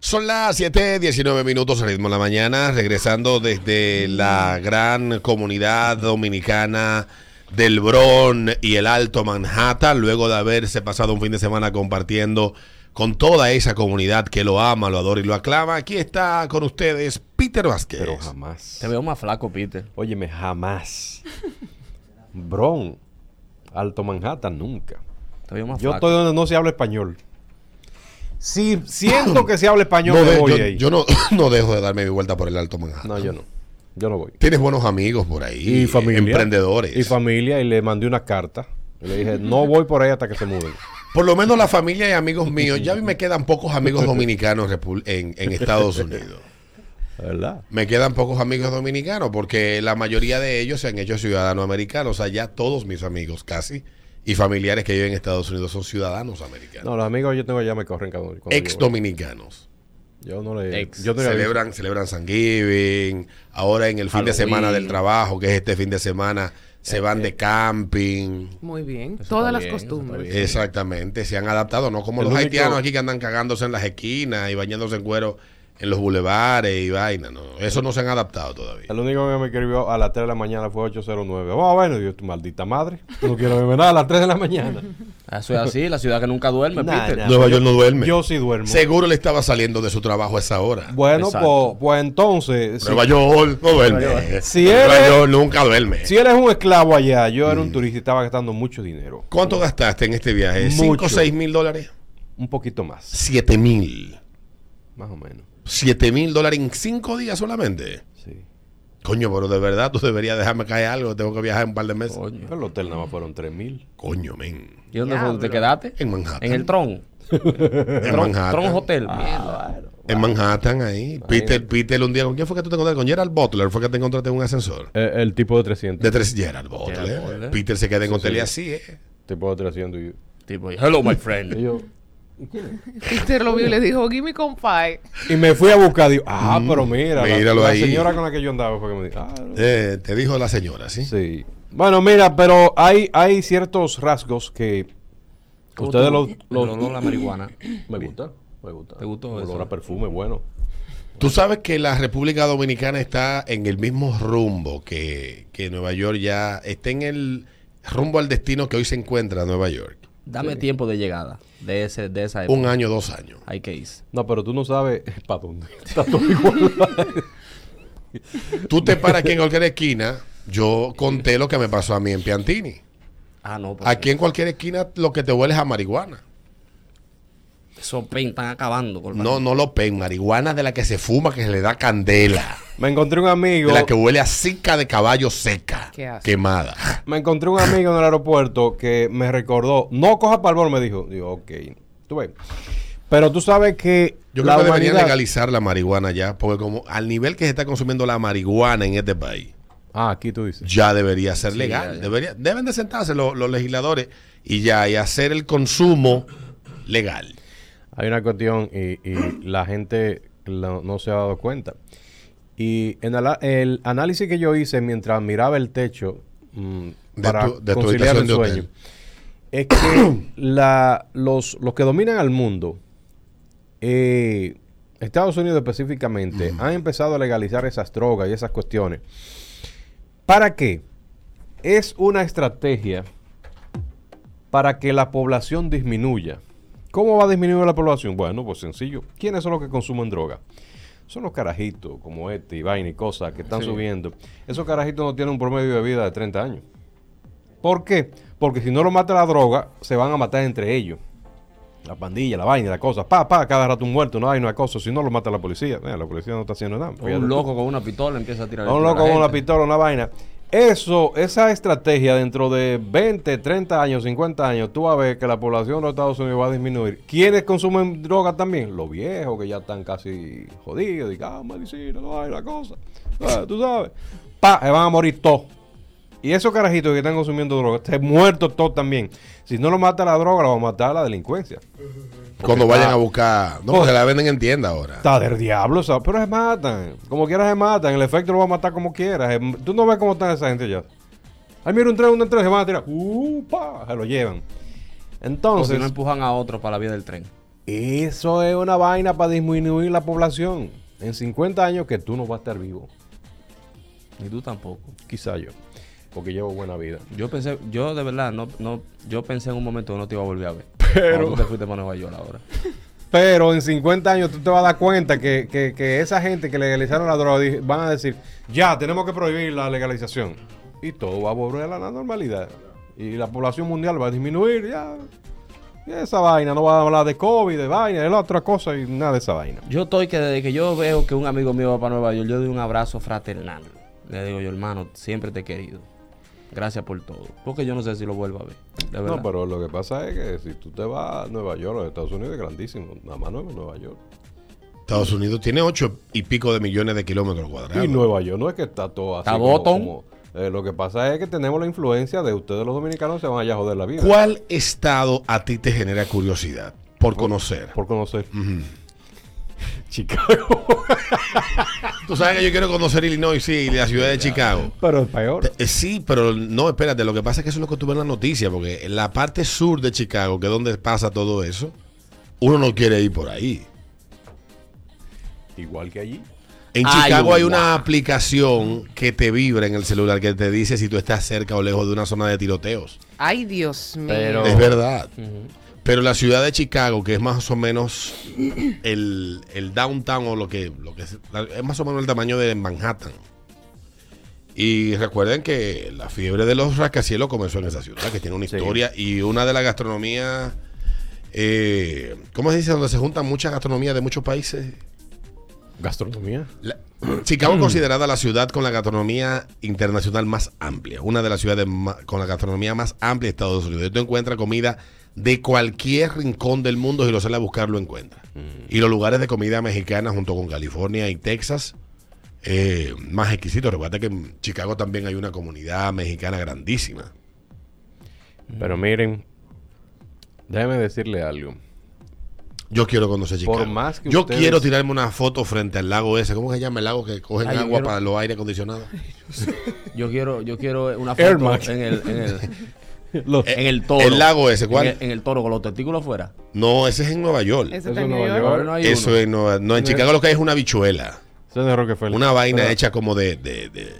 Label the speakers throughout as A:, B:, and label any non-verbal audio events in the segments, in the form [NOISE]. A: Son las 7:19 minutos, ritmo de la mañana, regresando desde la gran comunidad dominicana del Bron y el Alto Manhattan, luego de haberse pasado un fin de semana compartiendo con toda esa comunidad que lo ama, lo adora y lo aclama. Aquí está con ustedes Peter Vázquez.
B: Pero jamás.
C: Te veo más flaco, Peter.
B: Óyeme, jamás.
A: [LAUGHS]
B: Bron, Alto Manhattan, nunca.
C: Te veo más
B: Yo
C: flaco.
B: estoy donde no se habla español.
A: [CLEARS THROAT]
B: Si siento que se habla español,
A: No
B: me
A: de-
B: voy
A: yo
B: ahí.
A: yo no, [LAUGHS] no dejo de darme mi vuelta por el Alto Manhattan.
B: No, yo no. Yo no voy.
A: Tienes buenos amigos por ahí, emprendedores.
B: Y familia, y le mandé una carta. Y le dije, no voy por ahí hasta que se muden.
A: Por lo menos la familia y amigos míos, ya a mí
B: [LAUGHS]
A: me quedan pocos amigos dominicanos en Repu- en, en Estados Unidos.
B: ¿Verdad?
A: Me quedan pocos amigos dominicanos porque la mayoría de ellos se han hecho ciudadanos americanos. O sea, ya todos mis amigos casi y familiares que viven en Estados Unidos son ciudadanos americanos.
B: No, los amigos que yo tengo ya me corren cada cuando
A: ex
B: yo, voy.
A: dominicanos.
B: Yo no le.
C: Ex.
B: Yo no le aviso.
A: Celebran, celebran Thanksgiving. Ahora en el fin de
C: Halloween.
A: semana del trabajo, que es este fin de semana, se van
B: Eh,
A: de camping.
D: Muy bien.
C: Eso
D: Todas
C: está
D: las
C: bien, eso está
D: costumbres.
C: bien.
A: Exactamente, se han adaptado, no como
B: El
A: los
B: único-
A: haitianos aquí que andan cagándose en las esquinas y bañándose en cuero en los bulevares y vaina, no, eso no se han adaptado todavía.
B: El único que me escribió a las 3 de la mañana fue 809. Oh, bueno, Dios, tu maldita madre. No quiero verme nada a las 3 de la mañana.
C: Ah, Eso es así, la ciudad que nunca duerme,
B: Nah,
C: Peter.
B: nah.
A: Nueva York no duerme.
B: Yo sí duermo.
A: Seguro le estaba saliendo de su trabajo a esa hora.
B: Bueno,
C: Exacto.
B: pues, pues entonces, si,
A: Nueva York no
C: Nueva
A: duerme.
B: Si
A: Nueva
B: eres-
A: York Mm. nunca duerme.
B: si eres un esclavo allá, yo era un turista y estaba gastando mucho dinero.
A: ¿Cuánto gastaste en este viaje?
B: Mucho.
A: ¿Cinco, seis mil dólares?
B: Un poquito más,
A: Siete mil.
B: más o menos.
A: Siete mil dólares en cinco días solamente.
B: Sí.
A: Coño, pero de verdad tú deberías dejarme caer algo. Tengo que viajar un par de meses.
C: Coño.
B: Pero el hotel nada más fueron 3 mil.
A: Coño, men.
C: ¿Y dónde fue
D: Diablo.
C: te quedaste?
A: En Manhattan.
C: En el Tron.
A: En
C: Tron,
A: Manhattan.
C: Tron Hotel.
B: Ah.
A: En Manhattan, ahí. Peter, Peter, un día. ¿Con quién fue que tú te encontraste? Con Gerald Butler. Fue que te encontraste en un ascensor.
B: el tipo de 300.
A: De tres Gerald Butler.
C: Gerald Butler.
A: Peter se queda en hotel y así, ¿eh?
B: tipo de 300 y yo.
C: Tipo, hello, my friend.
B: y yo-
D: Peter lo vio y le dijo, give me compay.
B: Y me fui a buscar. Digo, ah, pero mira. la-
A: Mm. míralo
B: la,
A: ahí.
B: señora con la que yo andaba fue que me dijo. Ah,
A: Eh, te dijo la señora, ¿sí?
B: sí. Bueno, mira, pero hay, hay ciertos rasgos que ustedes los,
C: Los
B: los-
C: olor a la marihuana.
B: Me gusta, me gusta.
C: ¿Te gustó
B: Un
C: eso?
B: olor a perfume, bueno.
A: Tú sabes que la República Dominicana está en el mismo rumbo que, que Nueva York ya. Está en el rumbo al destino que hoy se encuentra Nueva York.
C: Dame tiempo de llegada de, ese, de esa época.
A: Un año, dos años.
C: Hay que ir.
B: No, pero tú no sabes [LAUGHS] para dónde. Está todo igual.
A: Tú te paras aquí en cualquier esquina. Yo conté lo que me pasó a mí en Piantini.
C: Ah, no. pues,
A: Aquí en cualquier esquina lo que te huele es a marihuana.
C: Esos pain están acabando con la-
A: No, no lo pen, marihuana de la que se fuma, que se le da candela.
B: Me encontré un amigo.
A: De la que huele a cica de caballo seca,
D: Qué asco.
A: quemada.
B: Me encontré un amigo en el aeropuerto que me recordó. No coja palmón, me dijo. Digo, ok. Tú ves. Pero tú sabes que.
A: Yo creo que deberían legalizar la marihuana ya, porque como al nivel que se está consumiendo la marihuana en este país,
B: Ah, aquí tú dices.
A: ya debería ser
C: Sí,
A: legal.
C: ya, ya.
A: Debería, deben de sentarse lo- los legisladores y ya, y hacer el consumo legal.
B: Hay una cuestión y, y la gente lo- no se ha dado cuenta. Y en el, a- el análisis que yo hice mientras miraba el techo mm,
A: De
B: para
A: tu- de tu
B: conciliar el
A: habitación de
B: sueño,
A: hotel.
B: es que [COUGHS] la, los, los que dominan al mundo, eh, Estados Unidos específicamente, han empezado a legalizar esas drogas y esas cuestiones. ¿Para qué? Es una estrategia para que la población disminuya. ¿Cómo va a disminuir la población? Bueno, pues sencillo. ¿Quiénes son los que consumen droga? Son los carajitos como este y vaina y cosas que están
C: Sí.
B: subiendo. Esos carajitos no tienen un promedio de vida de 30 años. ¿Por qué? Porque si no lo mata la droga, se van a matar entre ellos. La pandilla, la vaina, la cosa. Pa, pa, cada rato un muerto, no hay una cosa. Si no lo mata la policía, Eh, la policía no está haciendo nada.
C: O Un loco con una pistola empieza a tirar.
B: A un loco con una pistola, una vaina. Eso, esa estrategia dentro de 20, 30 años, 50 años, tú vas a ver que la población de los Estados Unidos va a disminuir. ¿Quiénes consumen droga también? Los viejos que ya están casi jodidos, y que, ah, medicina, no hay la cosa. Ah, tú sabes. Pa, se van a morir todos. Y esos carajitos que están consumiendo droga, se muertos todos también. Si no lo mata la droga, lo va a matar la delincuencia.
A: Cuando
B: está-
A: vayan a buscar. No,
B: Porque-
A: porque la venden en tienda ahora.
B: Está del diablo, ¿sabes? pero se matan. Como quieras se matan. El efecto lo va a matar como quieras. Em, Tú no ves cómo están esa gente ya. Ahí mira un tren, un tren, se van a tirar. ¡Uh, pa! Se lo llevan.
C: Entonces
B: Entonces,
C: no empujan a otro para la vía del tren.
B: Eso es una vaina para disminuir la población. En 50 años que tú no vas a estar vivo.
C: Ni tú tampoco.
B: Quizá yo. Porque llevo buena vida.
C: Yo pensé, yo de verdad, no, no, yo pensé en un momento que no te iba a volver a ver.
B: Pero-
C: Cuando tú te fuiste para Nueva York ahora.
B: Pero en 50 años tú te vas a dar cuenta que, que- que esa gente que legalizaron la droga di- van a decir, ya, tenemos que prohibir la legalización. Y todo va a volver a la normalidad. Y la población mundial va a disminuir, ya. Y esa vaina, no va a hablar de COVID, de vaina, de la otra cosa y nada de esa vaina.
C: Yo estoy que desde que yo veo que un amigo mío va para Nueva York, yo doy un abrazo fraternal. Le digo yo, hermano, siempre te he querido. Gracias por todo. Porque yo no sé si lo vuelvo a ver. De verdad.
B: No, pero lo que pasa es que si tú te vas a Nueva York, los Estados Unidos es grandísimo. Nada más Nueva, Nueva York.
A: Estados Unidos tiene ocho y pico de millones de kilómetros cuadrados.
B: Y Nueva York no es que está todo así.
C: Ah, Está
B: como-
C: botón.
B: como- eh, lo que pasa es que tenemos la influencia de ustedes los dominicanos se van allá a joder la vida.
A: ¿Cuál estado a ti te genera curiosidad por conocer?
B: Por conocer. Chicago.
A: Tú sabes que yo quiero conocer Illinois, sí, y la ciudad de Chicago.
B: Pero es peor.
A: Eh, Sí, pero no, espérate, lo que pasa es que eso es lo que tú ves en la noticia, porque en la parte sur de Chicago, que es donde pasa todo eso, uno no quiere ir por ahí.
B: Igual que allí.
A: En
C: Ay,
A: Chicago hay
C: guau.
A: una aplicación que te vibra en el celular, que te dice si tú estás cerca o lejos de una zona de tiroteos.
D: Ay, Dios mío.
C: Pero-
A: Es verdad.
C: Ujú.
A: Pero la ciudad de Chicago, que es más o menos el, el downtown o lo que, lo que es, la- es más o menos el tamaño de Manhattan. Y recuerden que la fiebre de los rascacielos comenzó en esa ciudad, que tiene una
B: Sí.
A: historia y una de las gastronomías, eh, ¿cómo se dice? Donde se juntan muchas gastronomías de muchos países.
B: Gastronomía.
A: La- [CLEARS THROAT] Chicago es considerada la ciudad con la gastronomía internacional más amplia, una de las ciudades ma- con la gastronomía más amplia de Estados Unidos. Tú encuentras comida de cualquier rincón del mundo, si lo sale a buscar, lo encuentra.
B: Mm.
A: Y los lugares de comida mexicana, junto con California y Texas, eh, más exquisitos. Recuerda que en Chicago también hay una comunidad mexicana grandísima.
B: Pero miren, déjeme decirle algo.
A: Yo quiero conocer Chicago.
B: Por más que
A: Yo
B: ustedes-
A: quiero tirarme una foto frente al lago ese. ¿Cómo se llama el lago que cogen
C: Ay, yo
A: agua
C: quiero-
A: para los aire acondicionados?
C: Yo quiero, yo quiero una
B: Air
C: foto
B: Max.
C: en el,
B: [LAUGHS]
C: en el,
B: [LAUGHS] Los-
A: Eh,
C: en el toro.
A: el lago ese, ¿cuál?
C: En el, en el toro, con los testículos fuera.
A: No, ese es en Nueva York.
D: Ese
B: Eso
D: está en
B: no
D: New
B: va a
D: York.
B: llevar.
C: Ahora no hay
A: Eso
C: uno.
A: es, no, no, en
B: No.
A: Chicago lo que hay es una bichuela.
B: Eso es de Rockefeller.
A: Una vaina
B: Pero-
A: hecha como de, de, de,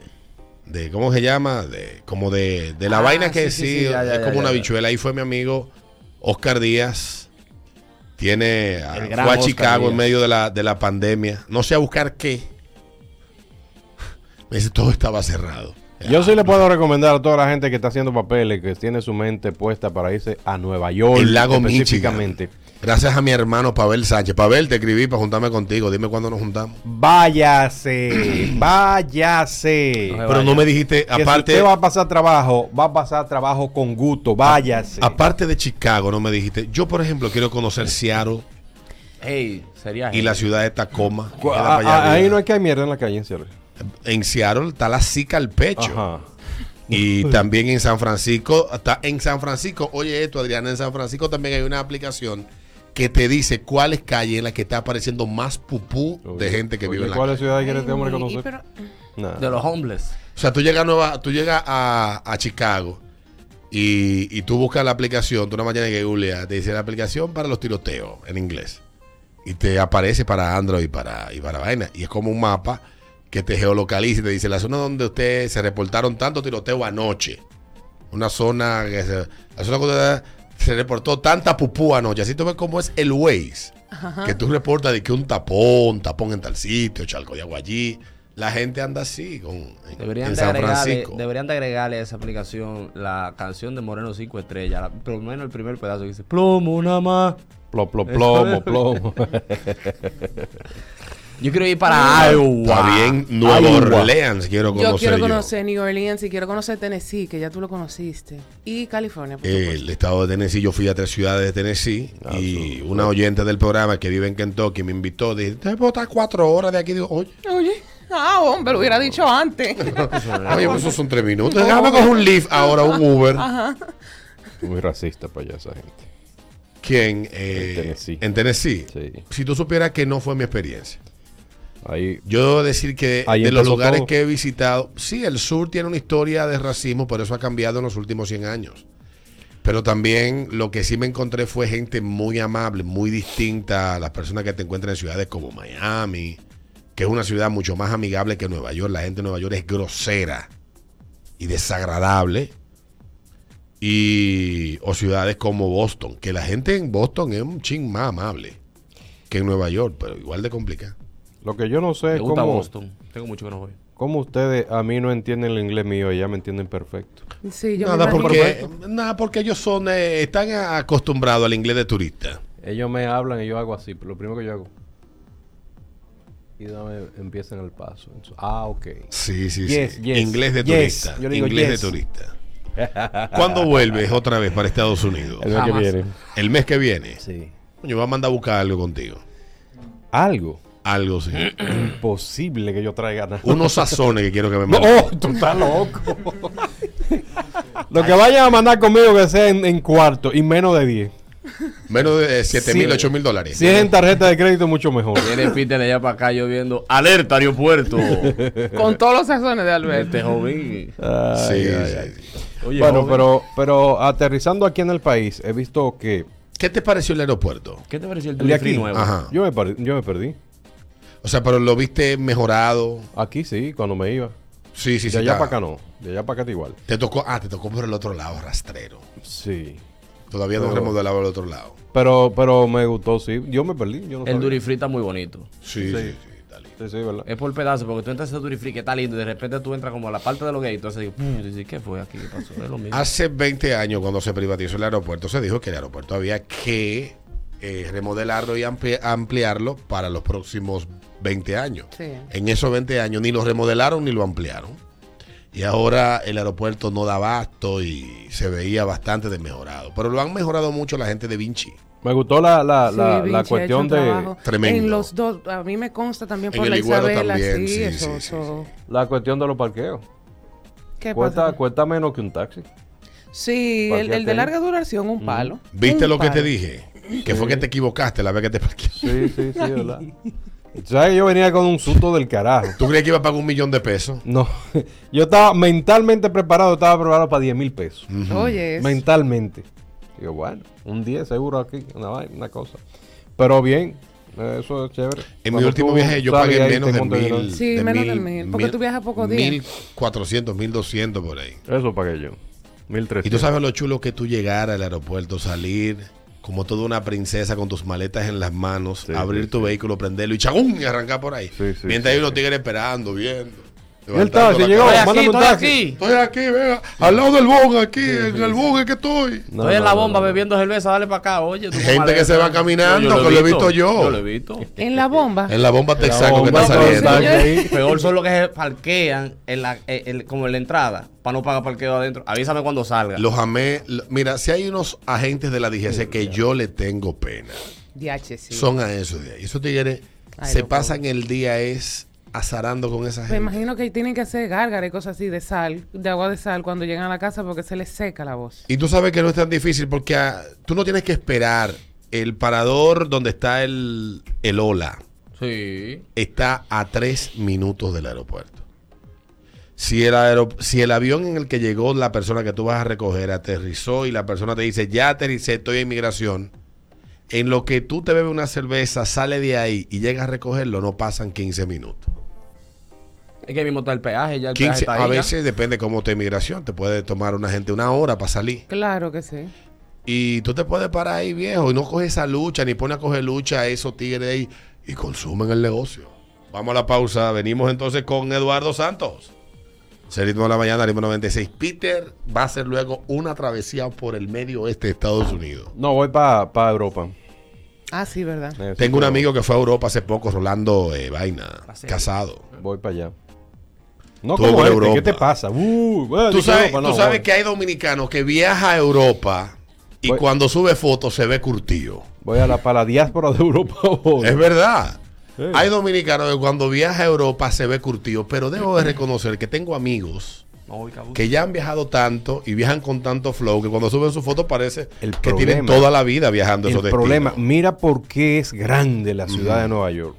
A: de- ¿cómo se llama? De, como de, de la
C: Ah,
A: vaina que sí,
C: sí, sí, sí, ya, ya,
A: es
C: ya,
A: como
C: ya,
A: una
C: ya.
A: bichuela. Ahí fue mi amigo Oscar Díaz. Tiene, a-
C: El
A: fue
C: gran
A: a
C: Oscar
A: Chicago en
C: Díaz.
A: medio de la, de la pandemia. No sé a buscar qué. [LAUGHS] Me dice, todo estaba cerrado.
B: Yo sí le puedo recomendar a toda la gente que está haciendo papeles, que tiene su mente puesta para irse a Nueva York.
A: El lago Michigan.
B: específicamente.
A: Gracias a mi hermano Pavel Sánchez. Pavel, te escribí para juntarme contigo. Dime cuándo nos juntamos.
B: Váyase,
A: [CLEARS THROAT]
B: váyase.
C: No se
A: Pero no me dijiste,
B: Que
A: aparte...
B: si usted va a pasar trabajo, va a pasar trabajo con gusto, váyase.
A: Aparte de Chicago, no me dijiste. Yo, por ejemplo, quiero conocer Seattle
C: Hey, sería.
A: y la ciudad de Tacoma. que
B: Cu-
A: queda
B: a-
A: para allá
B: a- Ah, ahí
A: arriba.
B: no hay que hay mierda en la calle, en cierre.
A: En Seattle está la Zika al pecho.
B: Ajá.
A: Y también en San Francisco. Está en San Francisco. Oye, esto, Adriana, en San Francisco también hay una aplicación que te dice cuáles calles en las que está apareciendo más pupú de gente que
B: Oye,
A: vive en la
B: ¿Cuál
A: calle.
B: ciudad quiere este hombre
D: Ay,
B: conocer?
D: pero-
B: Nah.
C: De los homeless.
A: O sea, tú llegas a, Nueva- tú llegas a, a Chicago y, y tú buscas la aplicación, tú una mañana que googleas, te dice la aplicación para los tiroteos en inglés. Y te aparece para Android y para, y para vaina. Y es como un mapa que te geolocaliza y te dice la zona donde ustedes se reportaron tanto tiroteo anoche. Una zona que se, la zona que usted- se reportó tanta pupú anoche. Así tú ves cómo es el Waze. Que tú reportas de que un tapón, tapón en tal sitio, charco de agua allí. La gente anda así con, en,
C: Deberían
A: en
C: de,
A: San
C: agregarle,
A: Francisco.
C: deberían de agregarle a esa aplicación la canción de Moreno 5 Estrellas, la- por lo menos el primer pedazo que dice Plomo nada más.
B: Plo, plo, plomo, plomo.
C: Yo quiero ir para Iowa.
A: Ah, Está bien, Nueva
B: Iowa.
A: Orleans quiero conocer.
D: Yo quiero
A: yo.
D: conocer New Orleans y quiero conocer Tennessee, que ya tú lo conociste. Y California, por
A: Eh,
D: supuesto.
A: el estado de Tennessee, yo fui a tres ciudades de Tennessee
B: Ah,
A: y
B: sí.
A: una oyente del programa que vive en Kentucky me invitó, dije, te puedo estar cuatro horas de aquí, digo, oye,
D: Oye, ah, hombre, lo hubiera dicho
B: [LAUGHS]
D: antes.
B: Ah,
A: oye, pues eso son tres minutos, déjame coger un Lyft ahora,
D: [LAUGHS]
A: un Uber.
B: Muy racista para allá esa gente.
A: ¿Quién? Eh,
B: En Tennessee.
A: En Tennessee.
B: Sí.
A: Si tú supieras que no fue mi experiencia.
B: Ahí.
A: Yo debo decir que
B: Ahí
A: de los
B: empezó
A: lugares
B: todo.
A: que he visitado, sí, el sur tiene una historia de racismo, pero eso ha cambiado en los últimos 100 años. Pero también lo que sí me encontré fue gente muy amable, muy distinta a las personas que te encuentran en ciudades como Miami, que es una ciudad mucho más amigable que Nueva York. La gente de Nueva York es grosera y desagradable. Y, o ciudades como Boston, que la gente en Boston es un ching más amable que en Nueva York, pero igual de complicada.
B: Lo que yo no sé
C: Me
B: es
C: gusta
B: cómo,
C: Boston. Tengo mucho que no voy.
B: cómo ustedes a mí no entienden el inglés mío y ya me entienden perfecto.
D: Sí, yo me
A: Nada
D: imagino.
A: porque, nada porque ellos son eh, están acostumbrados al inglés de turista.
B: Ellos me hablan y yo hago así, lo primero que yo hago. Y dame, empiezan el paso. Entonces, ah, ok.
A: Sí, sí,
B: Yes,
A: sí.
B: yes,
A: inglés de
B: yes.
A: turista.
B: Yo le digo
A: inglés
B: yes.
A: de turista.
B: [LAUGHS]
A: ¿Cuándo vuelves otra vez para Estados Unidos?
B: El mes que
C: Jamás.
B: viene.
A: El mes que viene.
B: Sí.
A: Coño, va a mandar a buscar algo contigo.
B: Algo
A: Algo,
B: [LAUGHS]
A: sí.
B: imposible que yo traiga nada.
A: Unos sazones que quiero que me
B: [LAUGHS] No, Oh.
A: manden.
B: tú estás loco. [LAUGHS] Lo que vayan a mandar conmigo que sea en, en cuarto y menos de 10.
A: Menos de 7
B: Sí.
A: mil, 8 mil dólares.
B: Si es en tarjeta de crédito, mucho mejor.
C: Viene Peter allá para acá lloviendo. ¡Alerta, [LAUGHS] aeropuerto!
D: Con todos los sazones de Alberto.
C: este joven.
A: Sí,
B: Ay, ay,
A: sí,
B: ay.
A: sí.
C: Oye,
B: Bueno,
C: joven,
B: pero, pero aterrizando aquí en el país, he visto que
A: ¿Qué te pareció el aeropuerto?
C: ¿Qué te pareció el
B: El de
C: delivery
B: aquí.
C: nuevo?
A: Ajá.
B: yo me, par- yo me perdí.
A: O sea, pero lo viste mejorado.
B: Aquí sí, cuando me iba.
A: Sí, sí, sí.
B: de allá
A: está.
B: para acá no. De allá para acá está igual.
A: Te tocó, ah, te tocó por el otro lado, rastrero.
B: Sí.
A: Todavía no
B: Pero-
A: remodelaba el otro lado.
B: Pero, pero me gustó, sí. Yo me perdí. Yo no
C: El
B: sabía.
C: Durifree está muy bonito.
A: Sí,
B: Sí.
A: sí, sí. está lindo.
B: Sí, sí, ¿verdad?
C: Es por pedazos, porque tú entras a ese Durifree que está lindo y de repente tú entras como a la parte de los gays. Entonces digo, "Pum", y dices, ¿qué fue aquí? ¿Qué pasó? Es lo
B: Ah,
C: mismo.
A: Hace 20 años, cuando se privatizó el aeropuerto, se dijo que el aeropuerto había que eh, remodelarlo y ampli- ampliarlo para los próximos 20 años.
D: Sí.
A: En esos 20 años ni lo remodelaron ni lo ampliaron. Y ahora el aeropuerto no da abasto y se veía bastante desmejorado. Pero lo han mejorado mucho la gente de Vinci.
B: Me gustó la, la,
D: Sí,
B: la,
D: Vinci
B: la
D: ha hecho
B: cuestión
D: un
B: de
D: trabajo.
A: Tremendo.
D: En los dos, a mí me consta también
A: En
D: por
A: el
D: la
A: Higuero
D: Isabela,
A: también,
D: sí,
A: sí,
D: eso,
A: sí, sí,
D: eso.
B: la cuestión de los parqueos.
D: ¿Qué
B: Cuesta,
D: pasa?
B: cuesta menos que un taxi.
D: Sí, el, el
B: Parqueate
D: de
B: ahí.
D: larga duración, un palo.
A: ¿Viste
D: Un
A: lo que te
D: palo.
A: dije? Que fue que te equivocaste la vez que te parqueaste.
B: Sí, sí,
D: [LAUGHS]
B: sí, ¿verdad? ¿Sabes que yo venía con un susto del carajo?
A: ¿Tú crees que iba a pagar un millón de pesos?
B: No, [LAUGHS] yo estaba mentalmente preparado, estaba preparado para 10 mil pesos.
D: Oye, es-
B: Mentalmente. Digo, bueno, un 10 seguro aquí, una, vaina, una cosa. Pero bien, eh, eso es chévere.
A: En mi
B: Cuando
A: último
B: tú
A: viaje yo
B: sales
A: pagué
B: ahí,
A: menos
B: te
A: de
B: montas en el
A: mil.
B: avión.
D: Sí, menos de mil, porque tú viajas pocos días.
A: Mil cuatrocientos, mil doscientos por ahí.
B: Eso pagué yo.
A: Y tú
B: 1300.
A: sabes lo chulo que tú llegar al aeropuerto, salir como toda una princesa con tus maletas en las manos,
B: Sí,
A: abrir
B: sí,
A: tu vehículo, prenderlo y chagún y arrancar por ahí.
B: Sí, sí,
A: Mientras
B: sí,
A: hay unos tigres esperando, viendo.
B: Y él
A: levantando
B: estaba, si
A: la
B: llegó,
A: cabeza.
C: aquí,
B: mándame un
C: estoy
B: taxi.
C: aquí.
A: Estoy aquí, vea, al lado del bong, aquí, en el bong es que estoy.
B: No,
C: Estoy en
B: no,
C: la
B: no,
C: bomba
B: no.
C: bebiendo cerveza, dale para acá, oye. tú,
A: Gente
C: comadre.
A: que se va caminando,
C: Yo
A: que lo he visto yo.
C: Yo lo he visto.
D: en la bomba.
A: En la bomba texaco que
B: Ah. bomba
A: está saliendo.
B: texaco.
C: [LAUGHS] Peor son los que se parquean en la, en- en- como en la entrada para no pagar parqueo adentro. Avísame cuando salga.
A: Los amé. lo- Mira, si hay unos agentes de la DGC que yo le tengo pena.
D: DH, sí.
A: Son a eso de ahí. Esos tigres
D: Ay,
A: se
D: loco.
A: pasan el día es azarando con esa
D: Me
A: gente.
D: imagino que tienen que hacer gárgaras y cosas así de sal, de agua de sal cuando llegan a la casa porque se les seca la voz.
A: Y tú sabes que no es tan difícil porque ah, tú no tienes que esperar. El parador donde está el, el Ola
C: Sí.
A: está a tres minutos del aeropuerto. Si el, aero- si el avión en el que llegó la persona que tú vas a recoger aterrizó y la persona te dice, ya aterricé, estoy en migración, en lo que tú te bebes una cerveza, sale de ahí y llegas a recogerlo, no pasan 15 minutos.
C: Es que ahí mismo está el peaje, ya el
A: 15,
C: peaje está ahí.
A: a
C: ya.
A: veces depende cómo esté migración, te puede tomar una gente una hora para salir.
D: Claro que sí.
A: Y tú te puedes parar ahí, viejo, y no coges esa lucha, ni pone a coger lucha a esos tigres ahí y consumen el negocio. Vamos a la pausa. Venimos entonces con Eduardo Santos. Se ritmo de la mañana, ritmo 96. Peter va a hacer luego una travesía por el medio oeste de Estados Unidos.
B: No, voy para Europa.
D: Ah, sí, ¿verdad?
B: Necesito-
A: Tengo un amigo que fue a Europa hace poco, Rolando eh, Vaina,
C: Paseo.
A: casado.
B: Voy para allá. No,
A: Tú
B: como
A: por
B: este,
A: Europa.
B: ¿qué te pasa? Uh, bueno,
A: Tú
B: dije
A: sabes,
B: Europa, no,
A: tú sabes
B: voy.
A: que hay dominicanos que viaja a Europa y
B: Voy-
A: cuando sube fotos se ve curtido.
B: Voy a la, para la diáspora de Europa. voy.
A: Es verdad.
B: Pues- Sí.
A: Hay dominicanos que cuando viaja a Europa se ve curtido, pero debo de
B: [CLEARS THROAT]
A: reconocer que tengo amigos
C: No, voy, cabrón.
A: que ya han viajado tanto y viajan con tanto flow que cuando suben su foto parece
B: El
A: que
B: problema-
A: tienen toda la vida viajando
B: El
A: esos destinos.
B: problema, mira por qué es grande la ciudad de Nueva York.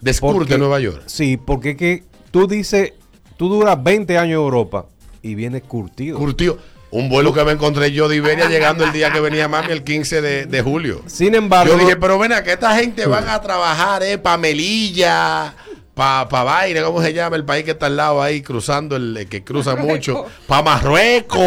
A: Descurte
B: Porque-
A: Nueva York.
B: Sí, porque es que tú dices, tú duras 20 años en Europa y vienes curtido.
A: Curtido. Un vuelo que me encontré yo de Iberia llegando el día que venía mami, el 15 de, de julio.
B: Sin embargo,
A: Yo dije, Ah, pero ven acá, esta gente van a trabajar, eh, pa' Melilla, pa, pa Baile, ¿cómo se llama? El país que está al lado ahí, cruzando, el eh, que cruza mucho, pa Marruecos,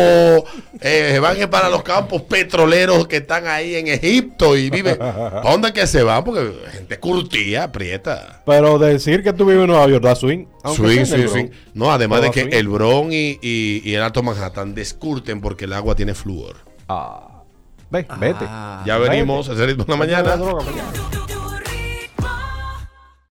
A: eh, se van eh, para los campos petroleros que están ahí en Egipto y viven. ¿Para dónde que se van? Porque gente curtía, aprieta.
B: pero decir que tú vives en Nueva York da swing. aunque sea
A: Swing,
B: en
A: swing,
B: el
A: swing.
B: Bronx.
A: No, además de
B: Pero
A: que
B: swing.
A: el Bron y, y- y el Alto Manhattan descurten porque el agua tiene flúor.
B: Ah, ve, vete.
C: Ah,
A: ya venimos, el ritmo de la mañana.
B: Droga, mañana.